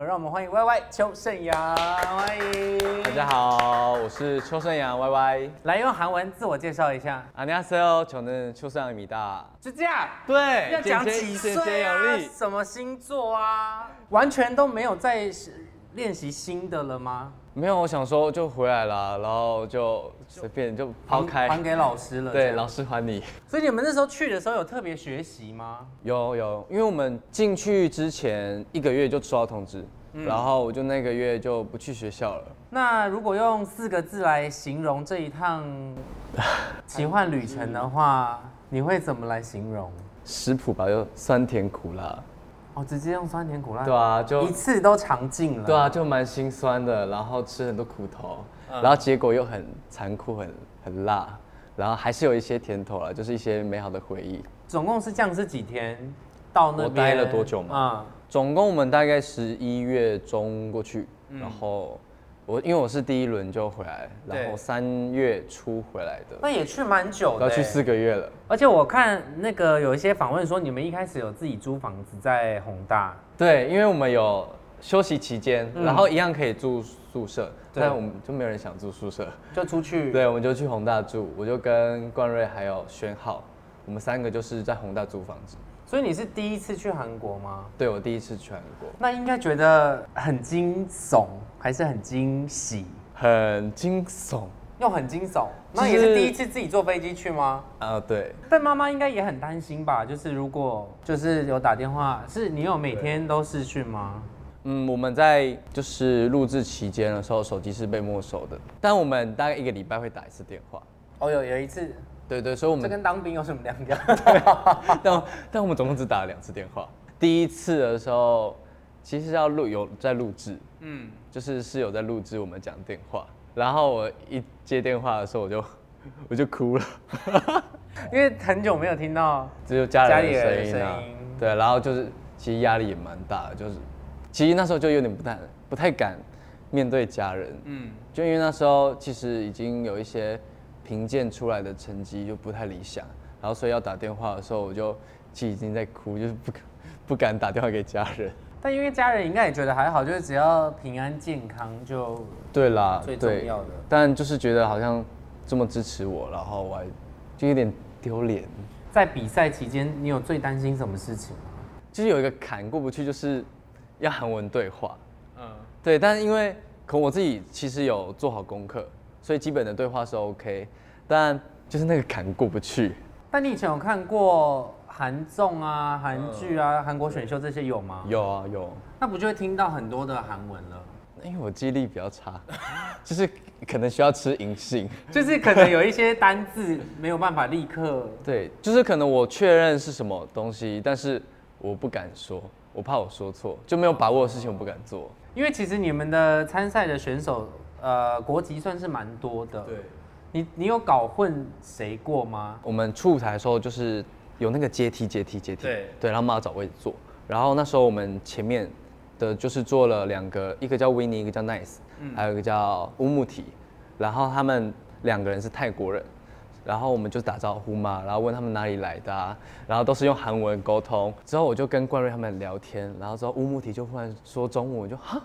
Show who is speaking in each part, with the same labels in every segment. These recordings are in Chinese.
Speaker 1: 让我们欢迎 Y Y 邱胜阳，欢迎。
Speaker 2: 大家好，我是邱胜阳 Y Y。
Speaker 1: 来用韩文自我介绍一下，
Speaker 2: 안녕하세요，저는邱胜阳입니다
Speaker 1: 就这样。
Speaker 2: 对，
Speaker 1: 要讲
Speaker 2: 简洁
Speaker 1: 几
Speaker 2: 简洁
Speaker 1: 岁
Speaker 2: 有
Speaker 1: 啊？
Speaker 2: 力。
Speaker 1: 什么星座啊？完全都没有在练习新的了吗？
Speaker 2: 没有，我想说就回来了，然后就随便就抛开，
Speaker 1: 还给老师了。
Speaker 2: 对，老
Speaker 1: 师。
Speaker 2: 师还你。
Speaker 1: 所以你们那时候去的时候有特别学习吗？
Speaker 2: 有有，因为我们进去之前一个月就收到通知，
Speaker 1: 嗯
Speaker 2: 然后我就那个月就不去学校了。
Speaker 1: 那如果用四个字来形容这一 趟奇幻旅程的话，你会怎么来形容？
Speaker 2: 食谱吧，就酸甜苦辣。
Speaker 1: 哦，直接用酸甜苦辣。
Speaker 2: 对啊，就
Speaker 1: 一次都尝尽了。
Speaker 2: 对啊，，就蛮心酸的，然后吃很多苦头，
Speaker 1: 嗯
Speaker 2: 然后结果又很残酷，很很辣，然后还是有一些甜头了，就是一些美好的回忆。
Speaker 1: 总共是这样是几天？到那边啊
Speaker 2: 我待了多久
Speaker 1: 嘛？
Speaker 2: 总共我们大概十一月中过去，
Speaker 1: 嗯
Speaker 2: 然后我因为我是第一轮就回来，
Speaker 1: 对哦
Speaker 2: 然后三月初回来的，
Speaker 1: 那也去蛮久的、欸
Speaker 2: 要去四。个月了。
Speaker 1: 而且我看那个有一些访问说，你们一开始有自己租房子在宏大，
Speaker 2: 对，因为我们有休息期间，然后一样可以住宿舍，
Speaker 1: 嗯对
Speaker 2: 但我们就没有人想住宿舍。
Speaker 1: 就出去。
Speaker 2: 对，我们就去宏大住，我就跟冠瑞还有宣浩，我们三个就是在宏大租房子。
Speaker 1: 所以你是第一次去韩国吗？
Speaker 2: 对我第一次去韩国，
Speaker 1: 那应该觉得很惊悚，还是很惊喜？
Speaker 2: 很惊悚
Speaker 1: 又很惊悚。那
Speaker 2: 就是
Speaker 1: 也是第一次自己坐飞机去吗？
Speaker 2: 啊！对，
Speaker 1: 但妈妈应该也很担心吧？就是如果就是有打电话，是你有每天都视讯吗？
Speaker 2: 嗯，我们在就是录制期间的时候，手机是被没收的，但我们大概一个礼拜会打一次电话。
Speaker 1: 哦，有有一次，
Speaker 2: 对对，所以我
Speaker 1: 这
Speaker 2: 们，
Speaker 1: 跟当兵有什么两样？
Speaker 2: 但但我们总共只打了两次电话。第一次的时候，其实要录有在录制，
Speaker 1: 嗯，
Speaker 2: 就是是有在录制我们讲电话，然后我一接电话的时候，我就 我就哭了。
Speaker 1: 因为很久没有听到，
Speaker 2: 只有家人
Speaker 1: 家里
Speaker 2: 的
Speaker 1: 人的
Speaker 2: 声音啊
Speaker 1: 声音。
Speaker 2: 对，然后就是其实压力也蛮大的，就是其实那时候就有点不太不太敢面对家人，
Speaker 1: 嗯，
Speaker 2: 就因为那时候其实已经有一些评鉴出来的成绩就不太理想，然后所以要打电话的时候，我就其实已经在哭，就是不敢不敢打电话给家人。
Speaker 1: 但因为家人应该也觉得还好，就是只要平安健康就
Speaker 2: 对啦，
Speaker 1: 最
Speaker 2: 对
Speaker 1: 重要的
Speaker 2: 但就是觉得好像这么支持我，然后我还就有点丢脸。
Speaker 1: 在比赛期间，你有最担心什么事情吗？
Speaker 2: 就是有一个坎过不去，就是要韩文对话。
Speaker 1: 嗯，
Speaker 2: 对，但因为可我自己其实有做好功课，所以基本的对话是 OK，但就是那个坎过不去。
Speaker 1: 但你以前有看过韩综啊、韩剧啊、韩国选秀这些有吗？
Speaker 2: 嗯有啊有，
Speaker 1: 那不就会听到很多的韩文了？
Speaker 2: 因为我记忆力比较差， 就是可能需要吃银杏。
Speaker 1: 就是可能有一些单字没有办法立刻，
Speaker 2: 对，就是可能我确认是什么东西，但是我不敢说，我怕我说错，就没有把握的事情我不敢做。
Speaker 1: 因为其实你们的参赛的选手，呃，国籍算是蛮多的。，，你你有搞混谁过吗？
Speaker 2: 我们出舞台的时候就是有那个阶梯，阶梯，阶梯，
Speaker 1: 对
Speaker 2: 对，然后我们要找位置坐。然后那时候我们前面的就是坐了两个，一个叫 w i n n i e 一个叫 Nice，、还有
Speaker 1: 嗯
Speaker 2: 一个叫乌木提。然后他们两个人是泰国人，然后我们就打招呼嘛，然后问他们哪里来的、啊，然后都是用韩文沟通。之后我就跟冠瑞他们聊天，然后之后乌木提就忽然说中文，我就哈，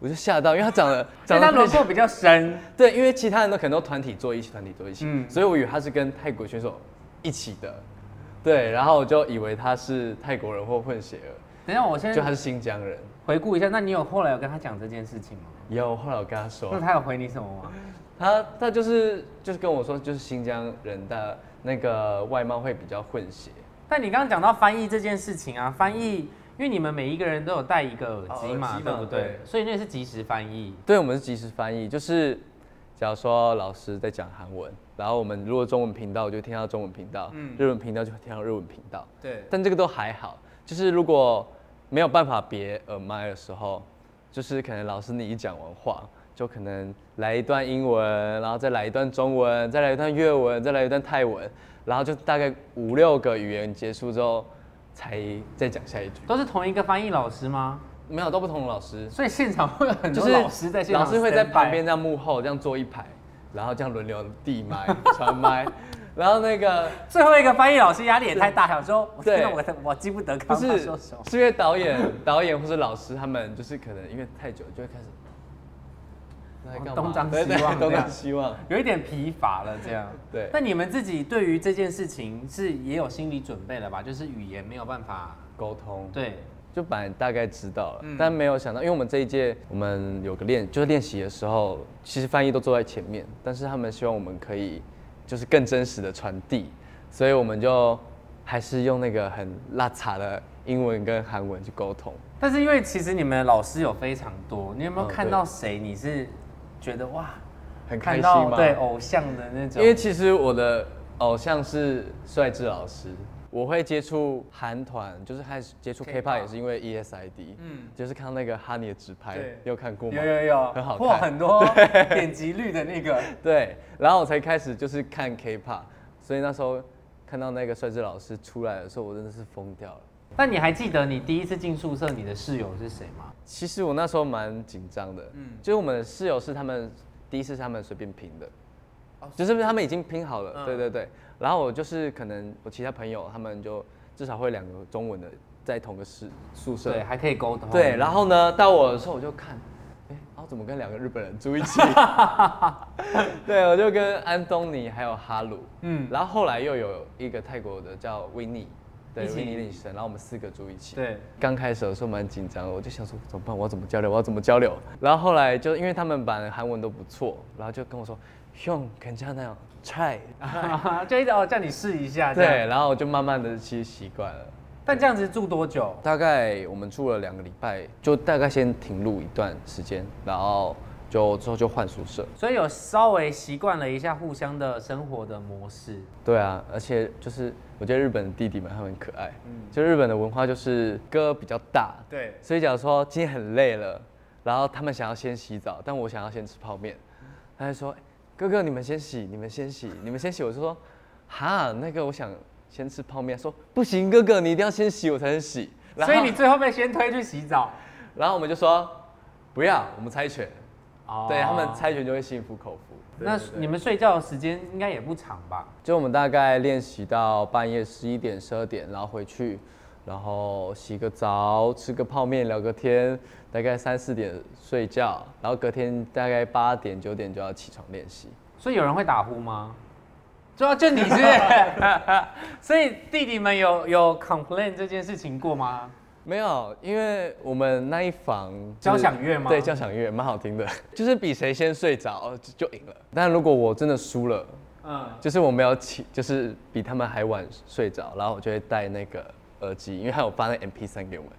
Speaker 2: 我就吓到，因为他长得
Speaker 1: 所
Speaker 2: 长
Speaker 1: 以他
Speaker 2: 得太
Speaker 1: 哎轮廓比较深，
Speaker 2: 对，因为其他人都可能都团体坐一起，团体坐一起，
Speaker 1: 嗯
Speaker 2: 所以我以为他是跟泰国选手一起的，对，然后我就以为他是泰国人或混血儿，
Speaker 1: 等一下，我先
Speaker 2: 就他是新疆人。
Speaker 1: 回顾一下，那你有后来有跟他讲这件事情吗？
Speaker 2: 有，啊后来我跟他
Speaker 1: 那
Speaker 2: 说，
Speaker 1: 他有回你什么吗？
Speaker 2: 他他就是就是跟我说，就是新疆人的那个外貌会比较混血，
Speaker 1: 但你刚刚讲到翻译这件事情啊，翻译，因为你们每一个人都有戴一个耳机嘛，
Speaker 2: 哦耳机嘛
Speaker 1: 对不对？
Speaker 2: 对
Speaker 1: 所以那是即时翻译。
Speaker 2: 对我们是即时翻译，就是假如说老师在讲韩文，然后我们如果中文频道我就听到中文频道，
Speaker 1: 嗯
Speaker 2: 日文频道就听到日文频道，
Speaker 1: 对，
Speaker 2: 但这个都还好，就是如果没有办法别呃耳麦的时候，就是可能老师你一讲完话，就可能来一段英文，然后再来一段中文，再来一段粤文，再来一段泰文，然后就大概五六个语言结束之后，才再讲下一句。
Speaker 1: 都是同一个翻译老师吗？
Speaker 2: 没有，都不同的老师，
Speaker 1: 所以现场会有很
Speaker 2: 就
Speaker 1: 多
Speaker 2: 是
Speaker 1: 老师在现场，
Speaker 2: 老师会在旁边。这样幕后这样坐一排，然后这样轮流递麦、传麦，然后那个
Speaker 1: 最后一个翻译老师压力也太大，想说，我
Speaker 2: 对
Speaker 1: 天哪，我的我记不得
Speaker 2: 不
Speaker 1: 刚刚
Speaker 2: 是
Speaker 1: 说什么。
Speaker 2: 是因为导演、导演或是老师他们就是可能因为太久就会开始。在干嘛
Speaker 1: 东张西
Speaker 2: 对对
Speaker 1: 望
Speaker 2: 东
Speaker 1: 这
Speaker 2: 张
Speaker 1: 样
Speaker 2: 西望。
Speaker 1: 有一点疲乏了，这样。
Speaker 2: 对
Speaker 1: 那你们自己对于这件事情是也有心理准备了吧？就是语言没有办法。
Speaker 2: 沟通，
Speaker 1: 对，
Speaker 2: 就本来大概知道了，但没有想到，因为我们这一届我们有个练，就是练习的时候，其实翻译都坐在前面，但是他们希望我们可以就是更真实的传递，所以我们就还是用那个很拉碴的英文跟韩文去沟通。
Speaker 1: 但是因为其实你们老师有非常多，你有没有
Speaker 2: 嗯
Speaker 1: 看
Speaker 2: 对
Speaker 1: 到谁你是觉得哇，
Speaker 2: 很开
Speaker 1: 看
Speaker 2: 心
Speaker 1: 到
Speaker 2: 吗
Speaker 1: 对偶像的那种？
Speaker 2: 因为其实我的偶像是帅智老师，我会接触韩团，就是开始接触
Speaker 1: K-pop
Speaker 2: K-pop 也是因为 ESID，嗯
Speaker 1: 嗯，
Speaker 2: 就是看到那个哈尼的直拍
Speaker 1: 对，
Speaker 2: 你有看过吗？
Speaker 1: 有有有，
Speaker 2: 很好
Speaker 1: 破
Speaker 2: 看
Speaker 1: 很 多点击率的那个。
Speaker 2: 对，然后我才开始就是看 K-pop，所以那时候看到那个帅智老师出来的时候，我真的是疯掉了。
Speaker 1: 那你还记得你第一次进宿舍，你的室友是谁吗？
Speaker 2: 其实我那时候蛮紧张的，嗯，就是我们的室友是他们第一次是他们随便拼的，
Speaker 1: 哦
Speaker 2: 就是他们已经拼好了，
Speaker 1: 嗯
Speaker 2: 对对对。然后我就是可能我其他朋友他们就至少会两个中文的在同个室宿舍，
Speaker 1: 对，还可以沟通。
Speaker 2: 对，然后呢，到我的时候我就看，哎、我怎么跟两个日本人住一 起？对，我就跟安东尼还有哈鲁，嗯
Speaker 1: 嗯，
Speaker 2: 然后后来又有一个泰国的叫维尼，对，
Speaker 1: 一起
Speaker 2: 维尼女神，然后我们四个住一起。
Speaker 1: 对，
Speaker 2: 刚开始的时候蛮紧张的，我就想说怎么办，我要怎么交流，我要怎么交流。然后后来就因为他们版韩文都不错，然后就跟我说，用肯加那样 try，啊
Speaker 1: 就一直哦叫你试一下。这样
Speaker 2: 对，，然后我就慢慢的其实习惯了。
Speaker 1: 但这样子住多久？
Speaker 2: 大概我们住了两个礼拜，就大概先停录一段时间，然后就之后就换宿舍。
Speaker 1: 所以有稍微习惯了一下互相的生活的模式。
Speaker 2: 对啊，而且就是我觉得日本的弟弟们他们很可爱，就日本的文化就是歌比较大，
Speaker 1: 对，
Speaker 2: 所以假如说今天很累了，然后他们想要先洗澡，但我想要先吃泡面，他就说：“哥哥，你们先洗，你们先洗，你们先洗。”我就说：“哈，那个我想先吃泡面。”他说：“不行，哥哥，你一定要先洗，我才能洗。”然后
Speaker 1: 所以你最后被先推去洗澡。
Speaker 2: 然后我们就说：“不要，我们猜拳。”
Speaker 1: 哦
Speaker 2: 对他们。猜拳就会心服口服。
Speaker 1: 那你们睡觉的时间应该也不长吧？
Speaker 2: 就我们大概练习到半夜十一点、十二点，然后回去，然后洗个澡，吃个泡面，聊个天，大概三四点睡觉，然后隔天大概八点九点就要起床练习。
Speaker 1: 所以有人会打呼吗？就啊，就你 是，所以弟弟们有有 complain 这件事情过吗？
Speaker 2: 没有，因为我们那一房
Speaker 1: 交响乐吗
Speaker 2: 对，交响乐蛮好听的， 就是比谁先睡着就就赢了。但如果我真的输了，
Speaker 1: 嗯，
Speaker 2: 就是我没有起，就是比他们还晚睡着，然后我就会戴那个耳机，因为他有发那 MP 3给我们，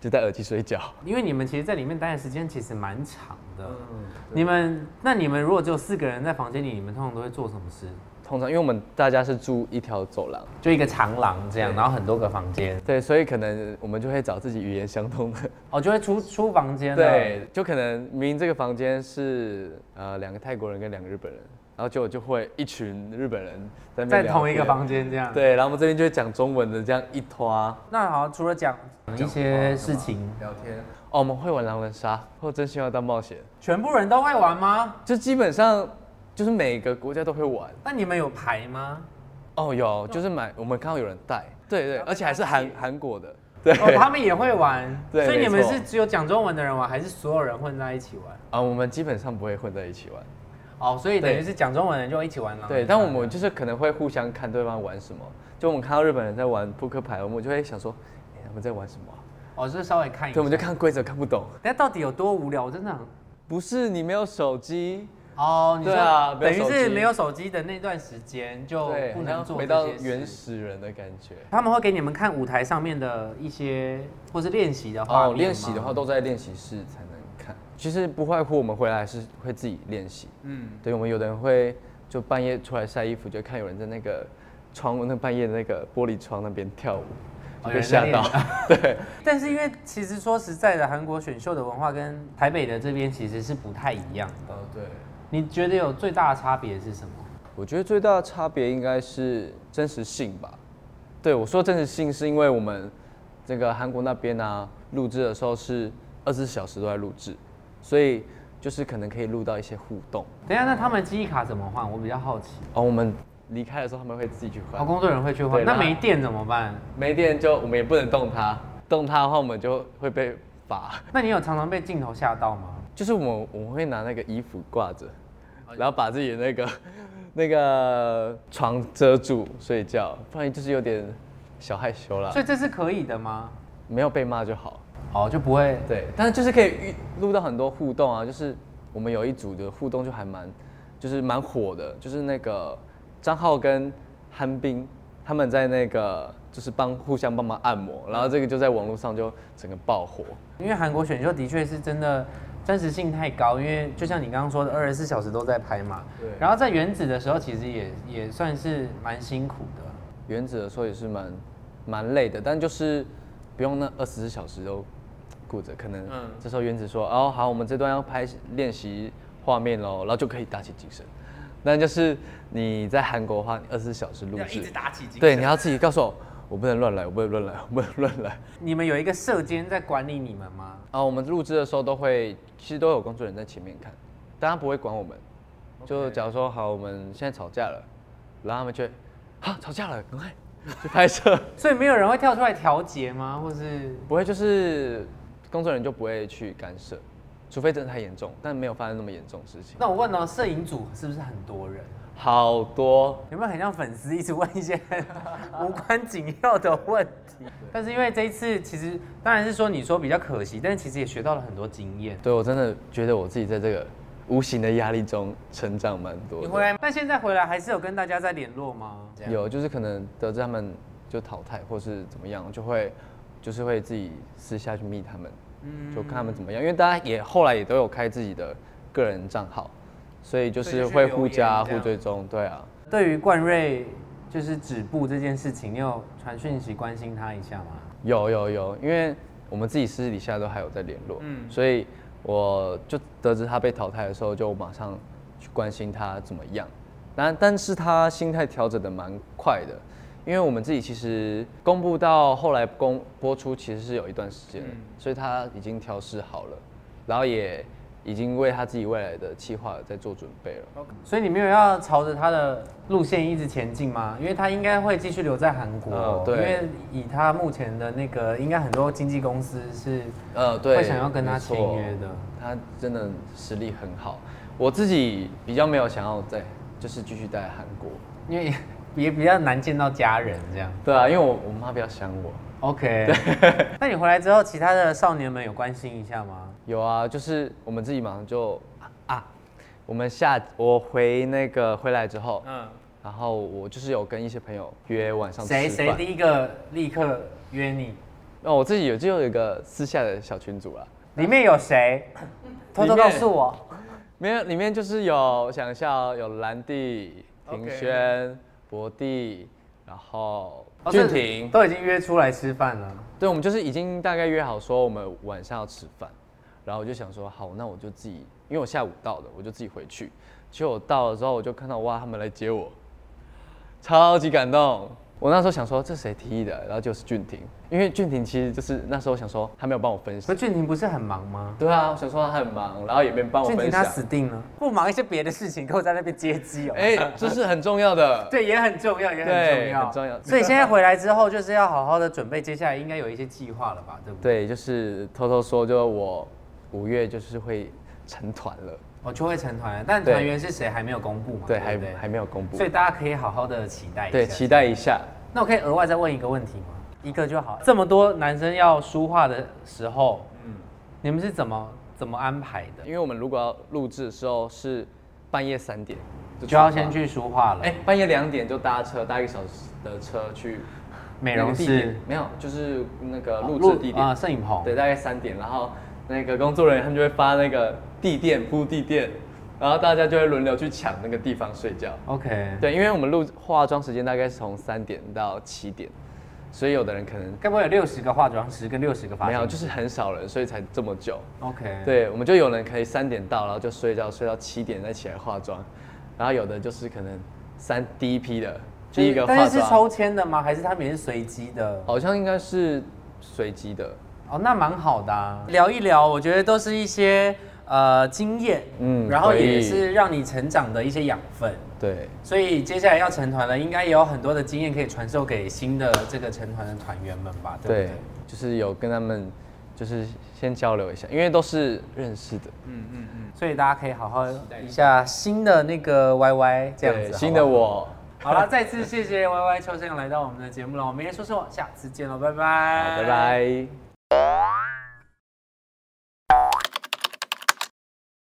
Speaker 2: 就戴耳机睡觉。
Speaker 1: 因为你们其实在里面待的时间其实蛮长的。
Speaker 2: 嗯
Speaker 1: 你们那你们如果只有四个人在房间里，你们通常都会做什么事？
Speaker 2: 通常因为我们大家是住一条走廊，
Speaker 1: 就一个长廊这样，然后很多个房间，
Speaker 2: 对，所以可能我们就会找自己语言相通的。
Speaker 1: 哦，就会出出房间了。
Speaker 2: 对，就可能明明这个房间是呃两个泰国人跟两个日本人，然后结果就会一群日本人在那边
Speaker 1: 在
Speaker 2: 聊
Speaker 1: 同一个
Speaker 2: 天。
Speaker 1: 房间这样。
Speaker 2: 对，然后我们这边就会讲中文的，这样一拖
Speaker 1: 那好，除了讲一些事情，
Speaker 2: 聊天。哦，我们会玩狼人杀或真心话大冒险，
Speaker 1: 全部人都会玩吗？
Speaker 2: 就基本上就是每个国家都会玩。
Speaker 1: 那你们有牌吗？
Speaker 2: 哦，有，就是买我们看到有人带，对对，
Speaker 1: 然后
Speaker 2: 而且还是
Speaker 1: 他
Speaker 2: 韩
Speaker 1: 借
Speaker 2: 韩国的， 对。
Speaker 1: 哦，他们也会玩。
Speaker 2: 对
Speaker 1: 所以你
Speaker 2: 没
Speaker 1: 们
Speaker 2: 错
Speaker 1: 是只有讲中文的人玩，还是所有人混在一起玩？
Speaker 2: 啊，我们基本上不会混在一起玩，
Speaker 1: 哦，所以等于
Speaker 2: 对
Speaker 1: 是讲中文的人就一起玩了。哦
Speaker 2: 对，但我们就是可能会互相看对方玩什么，就我们看到日本人在玩扑克牌，我们就会想说，哎、他们在玩什么啊、
Speaker 1: 哦，就是稍微看一
Speaker 2: 对，
Speaker 1: 下。
Speaker 2: 我们就看规则看不懂，
Speaker 1: 那到底有多无聊？我真的很。
Speaker 2: 不是你没有手机，
Speaker 1: 哦，你说
Speaker 2: 对啊
Speaker 1: 等于
Speaker 2: 没有手
Speaker 1: 是
Speaker 2: 机
Speaker 1: 没有手机的那段时间就
Speaker 2: 对，
Speaker 1: 不
Speaker 2: 好
Speaker 1: 能
Speaker 2: 像
Speaker 1: 做
Speaker 2: 回
Speaker 1: 这
Speaker 2: 到
Speaker 1: 些事
Speaker 2: 原始人的感觉。
Speaker 1: 他们会给你们看舞台上面的一些，或是练习的话。
Speaker 2: 哦，练习的话，都在练习室才能看，其实不外乎我们回来还是会自己练习，
Speaker 1: 嗯，
Speaker 2: 对，我们有的人会就半夜出来晒衣服，就看有人在那个窗那半夜那个玻璃窗那边跳舞，
Speaker 1: 哦有
Speaker 2: 就被
Speaker 1: 人在
Speaker 2: 吓到
Speaker 1: 练。
Speaker 2: 对，
Speaker 1: 但是因为其实说实在的，韩国选秀的文化跟台北的这边其实是不太一样的。
Speaker 2: 哦对，
Speaker 1: 你觉得有最大的差别是什么？
Speaker 2: 我觉得最大的差别应该是真实性吧。对我说真实性，是因为我们这个韩国那边啊，录制的时候是二十四小时都在录制，所以就是可能可以录到一些互动。
Speaker 1: 等一下，那他们记忆卡怎么换？我比较好奇。
Speaker 2: 哦，我们离开的时候他们会自己去换
Speaker 1: 哦，。工作人员会去换，
Speaker 2: 对
Speaker 1: 那
Speaker 2: 然后
Speaker 1: 没电怎么办？
Speaker 2: 没电就我们也不能动它，动它的话我们就会被罚。
Speaker 1: 那你有常常被镜头吓到吗？
Speaker 2: 就是我们我们会拿那个衣服挂着，然后把自己的那个那个床遮住睡觉，不然就是有点小害羞啦
Speaker 1: 所。以这是可以的吗？
Speaker 2: 没有被骂就好。
Speaker 1: 哦，就不会
Speaker 2: 对，但是就是可以遇录到很多互动啊，就是我们有一组的互动就还蛮，就是蛮火的，就是那个张浩跟憨斌他们在那个就是帮互相帮忙按摩，然后这个就在网络上就整个爆火。
Speaker 1: 因为韩国选秀的确是真的真实性太高，因为就像你刚刚说的，二十四小时都在拍嘛。
Speaker 2: 对
Speaker 1: 然后在原子的时候，其实也也算是蛮辛苦的。
Speaker 2: 原子的时候也是蛮蛮累的，但就是不用那二十四小时都顾着，可能
Speaker 1: 嗯
Speaker 2: 这时候原子说，哦好，我们这段要拍练习画面喽，然后就可以打起精神。但就是你在韩国的话，二十四小时录
Speaker 3: 要一
Speaker 2: 制
Speaker 3: 直，打起精神。
Speaker 2: 对，你要自己告诉我，我不能乱来，我不能乱来，我不能乱来。
Speaker 1: 你们有一个射监在管理你们吗？
Speaker 2: 啊，我们录制的时候都会，其实都有工作人员在前面看，但他不会管我们。就假如说好，我们现在吵架了，然后他们就会，啊，吵架了，赶快去拍摄。
Speaker 1: 所以没有人会跳出来调节吗？或是
Speaker 2: 不会，就是工作人员就不会去干涉，除非真的太严重，但没有发生那么严重的事情。
Speaker 1: 那我问哦，摄影组是不是很多人？
Speaker 2: 好多
Speaker 1: 有没有很像粉丝一直问一些 无关紧要的问题？但是因为这一次，其实当然是说你说比较可惜，但是其实也学到了很多经验。
Speaker 2: 对我真的觉得我自己在这个无形的压力中成长蛮多
Speaker 1: 你
Speaker 2: 的。
Speaker 1: 回来，那现在回来还是有跟大家在联络吗？这样
Speaker 2: 有就是可能得知他们就淘汰或是怎么样，就会就是会自己私下去密他们，就看他们怎么样。因为大家也后来也都有开自己的个人账号，所以就
Speaker 3: 所以
Speaker 2: 是
Speaker 3: 就去
Speaker 2: 会
Speaker 3: 留
Speaker 2: 互
Speaker 3: 言
Speaker 2: 加
Speaker 3: 这
Speaker 2: 互
Speaker 3: 样
Speaker 2: 追踪，对啊。
Speaker 1: 对于冠瑞就是止步这件事情，你有传讯息关心他一下吗？
Speaker 2: 有有有，因为我们自己私底下都还有在联络，
Speaker 3: 嗯
Speaker 2: 所以我就得知他被淘汰的时候，就马上去关心他怎么样。但但是他心态调整的蛮快的，因为我们自己其实公布到后来公播出其实是有一段时间的，所以他已经调试好了，然后也已经为他自己未来的计划在做准备了。
Speaker 1: 所以你没有要朝着他的路线一直前进吗？因为他应该会继续留在韩国、
Speaker 2: 呃对
Speaker 1: 因为以他目前的那个，应该很多经纪公司是
Speaker 2: 呃，对，
Speaker 1: 会想要跟他
Speaker 2: 没
Speaker 1: 签
Speaker 2: 错
Speaker 1: 约的。
Speaker 2: 他真的实力很好。我自己比较没有想要再就是继续待在韩国，
Speaker 1: 因为 也也比较难见到家人这样。
Speaker 2: 对啊，因为我我妈比较想我。
Speaker 1: OK，那你回来之后，其他的少年们有关心一下吗？
Speaker 2: 有啊，就是我们自己马上就啊啊，我们下我回那个回来之后，
Speaker 3: 嗯，
Speaker 2: 然后我就是有跟一些朋友约晚上吃
Speaker 1: 谁
Speaker 2: 饭。
Speaker 1: 谁第一个立刻约你？
Speaker 2: 那、我自己有就有一个私下的小群组啊，
Speaker 1: 里面有谁？偷偷
Speaker 2: 里面
Speaker 1: 告诉我。
Speaker 2: 没有里面就是有我想一下哦有兰弟、庭
Speaker 3: OK
Speaker 2: 轩、博弟，然后
Speaker 1: 哦
Speaker 2: 俊
Speaker 1: 这
Speaker 2: 廷、
Speaker 1: 都已经约出来吃饭了。
Speaker 2: 对，我们就是已经大概约好说我们晚上要吃饭，然后我就想说好，那我就自己，因为我下午到的，我就自己回去。结果我到了之后，我就看到哇，他们来接我，超级感动。我那时候想说这谁提议的，然后就是俊廷，因为俊廷其实就是那时候想说他没有帮我分
Speaker 1: 可
Speaker 2: 享
Speaker 1: 是，俊廷不是很忙吗？
Speaker 2: 对啊，我想说他很忙，然后也没帮我
Speaker 1: 俊
Speaker 2: 分
Speaker 1: 廷他
Speaker 2: 享，
Speaker 1: 死定了，不忙一些别的事情，跟我在那边接机哦。
Speaker 2: 哎、这是很重要的，
Speaker 1: 对，也很重要，也很
Speaker 2: 对
Speaker 1: 重要，
Speaker 2: 很重要
Speaker 1: 所以现在回来之后，就是要好好的准备，接下来应该有一些计划了吧，对不对？
Speaker 2: 对，就是偷偷说，就我五月就是会成团了，
Speaker 1: 我哦就会成团了，但
Speaker 2: 对
Speaker 1: 团员是谁还没有公布嘛？
Speaker 2: 对，
Speaker 1: 不
Speaker 2: 还还没有公布
Speaker 1: 所，以大家可以好好的期待一下。
Speaker 2: 对，期待一下。
Speaker 1: 那我可以额外再问一个问题吗？一个就好。这么多男生要梳化的时候，嗯，你们是怎么怎么安排的？
Speaker 2: 因为我们如果要录制的时候是半夜三点，
Speaker 1: 就要先，去梳化了。
Speaker 2: 哎、半夜两点就搭车，搭一个小时的车去
Speaker 1: 美容
Speaker 2: 那个地
Speaker 1: 室
Speaker 2: 点没有，就是那个录制地点，
Speaker 1: 啊，摄影棚。
Speaker 2: 对，大概三点，然后那个工作人员他们就会发那个地垫铺地垫，然后大家就会轮流去抢那个地方睡觉。
Speaker 1: OK，
Speaker 2: 对，因为我们录化妆时间大概是从三点到七点，所以有的人可能
Speaker 1: 该不会有六十个化妆师跟六十个发
Speaker 2: 没
Speaker 1: 型？
Speaker 2: 有，就是很少人，所以才这么久。
Speaker 1: OK。，
Speaker 2: 对，我们就有人可以三点到，然后就睡觉，睡到七点再起来化妆，然后有的就是可能三第一批的第一个化
Speaker 1: 但是是
Speaker 2: 妆，
Speaker 1: 抽签的吗？还是他们也是随机的？
Speaker 2: 好像应该是随机的，
Speaker 1: 哦，那蛮好的、啊。聊一聊，我觉得都是一些呃经验，嗯，
Speaker 2: 嗯
Speaker 1: 然后
Speaker 2: 回
Speaker 1: 也
Speaker 2: 忆
Speaker 1: 是让你成长的一些养分。
Speaker 2: 对，
Speaker 1: 所以接下来要成团了，应该也有很多的经验可以传授给新的这个成团的团员们吧，对不对？
Speaker 2: 对，就是有跟他们就是先交流一下，因为都是认识的，
Speaker 1: 所以大家可以好好一下新的那个 YY 这样子。好不
Speaker 2: 对，
Speaker 1: 好
Speaker 2: 新的。我，
Speaker 1: 好了，再次谢谢 YY 秋生来到我们的节目了，我们明天说说，下次见了，拜拜。
Speaker 2: 好，拜。拜。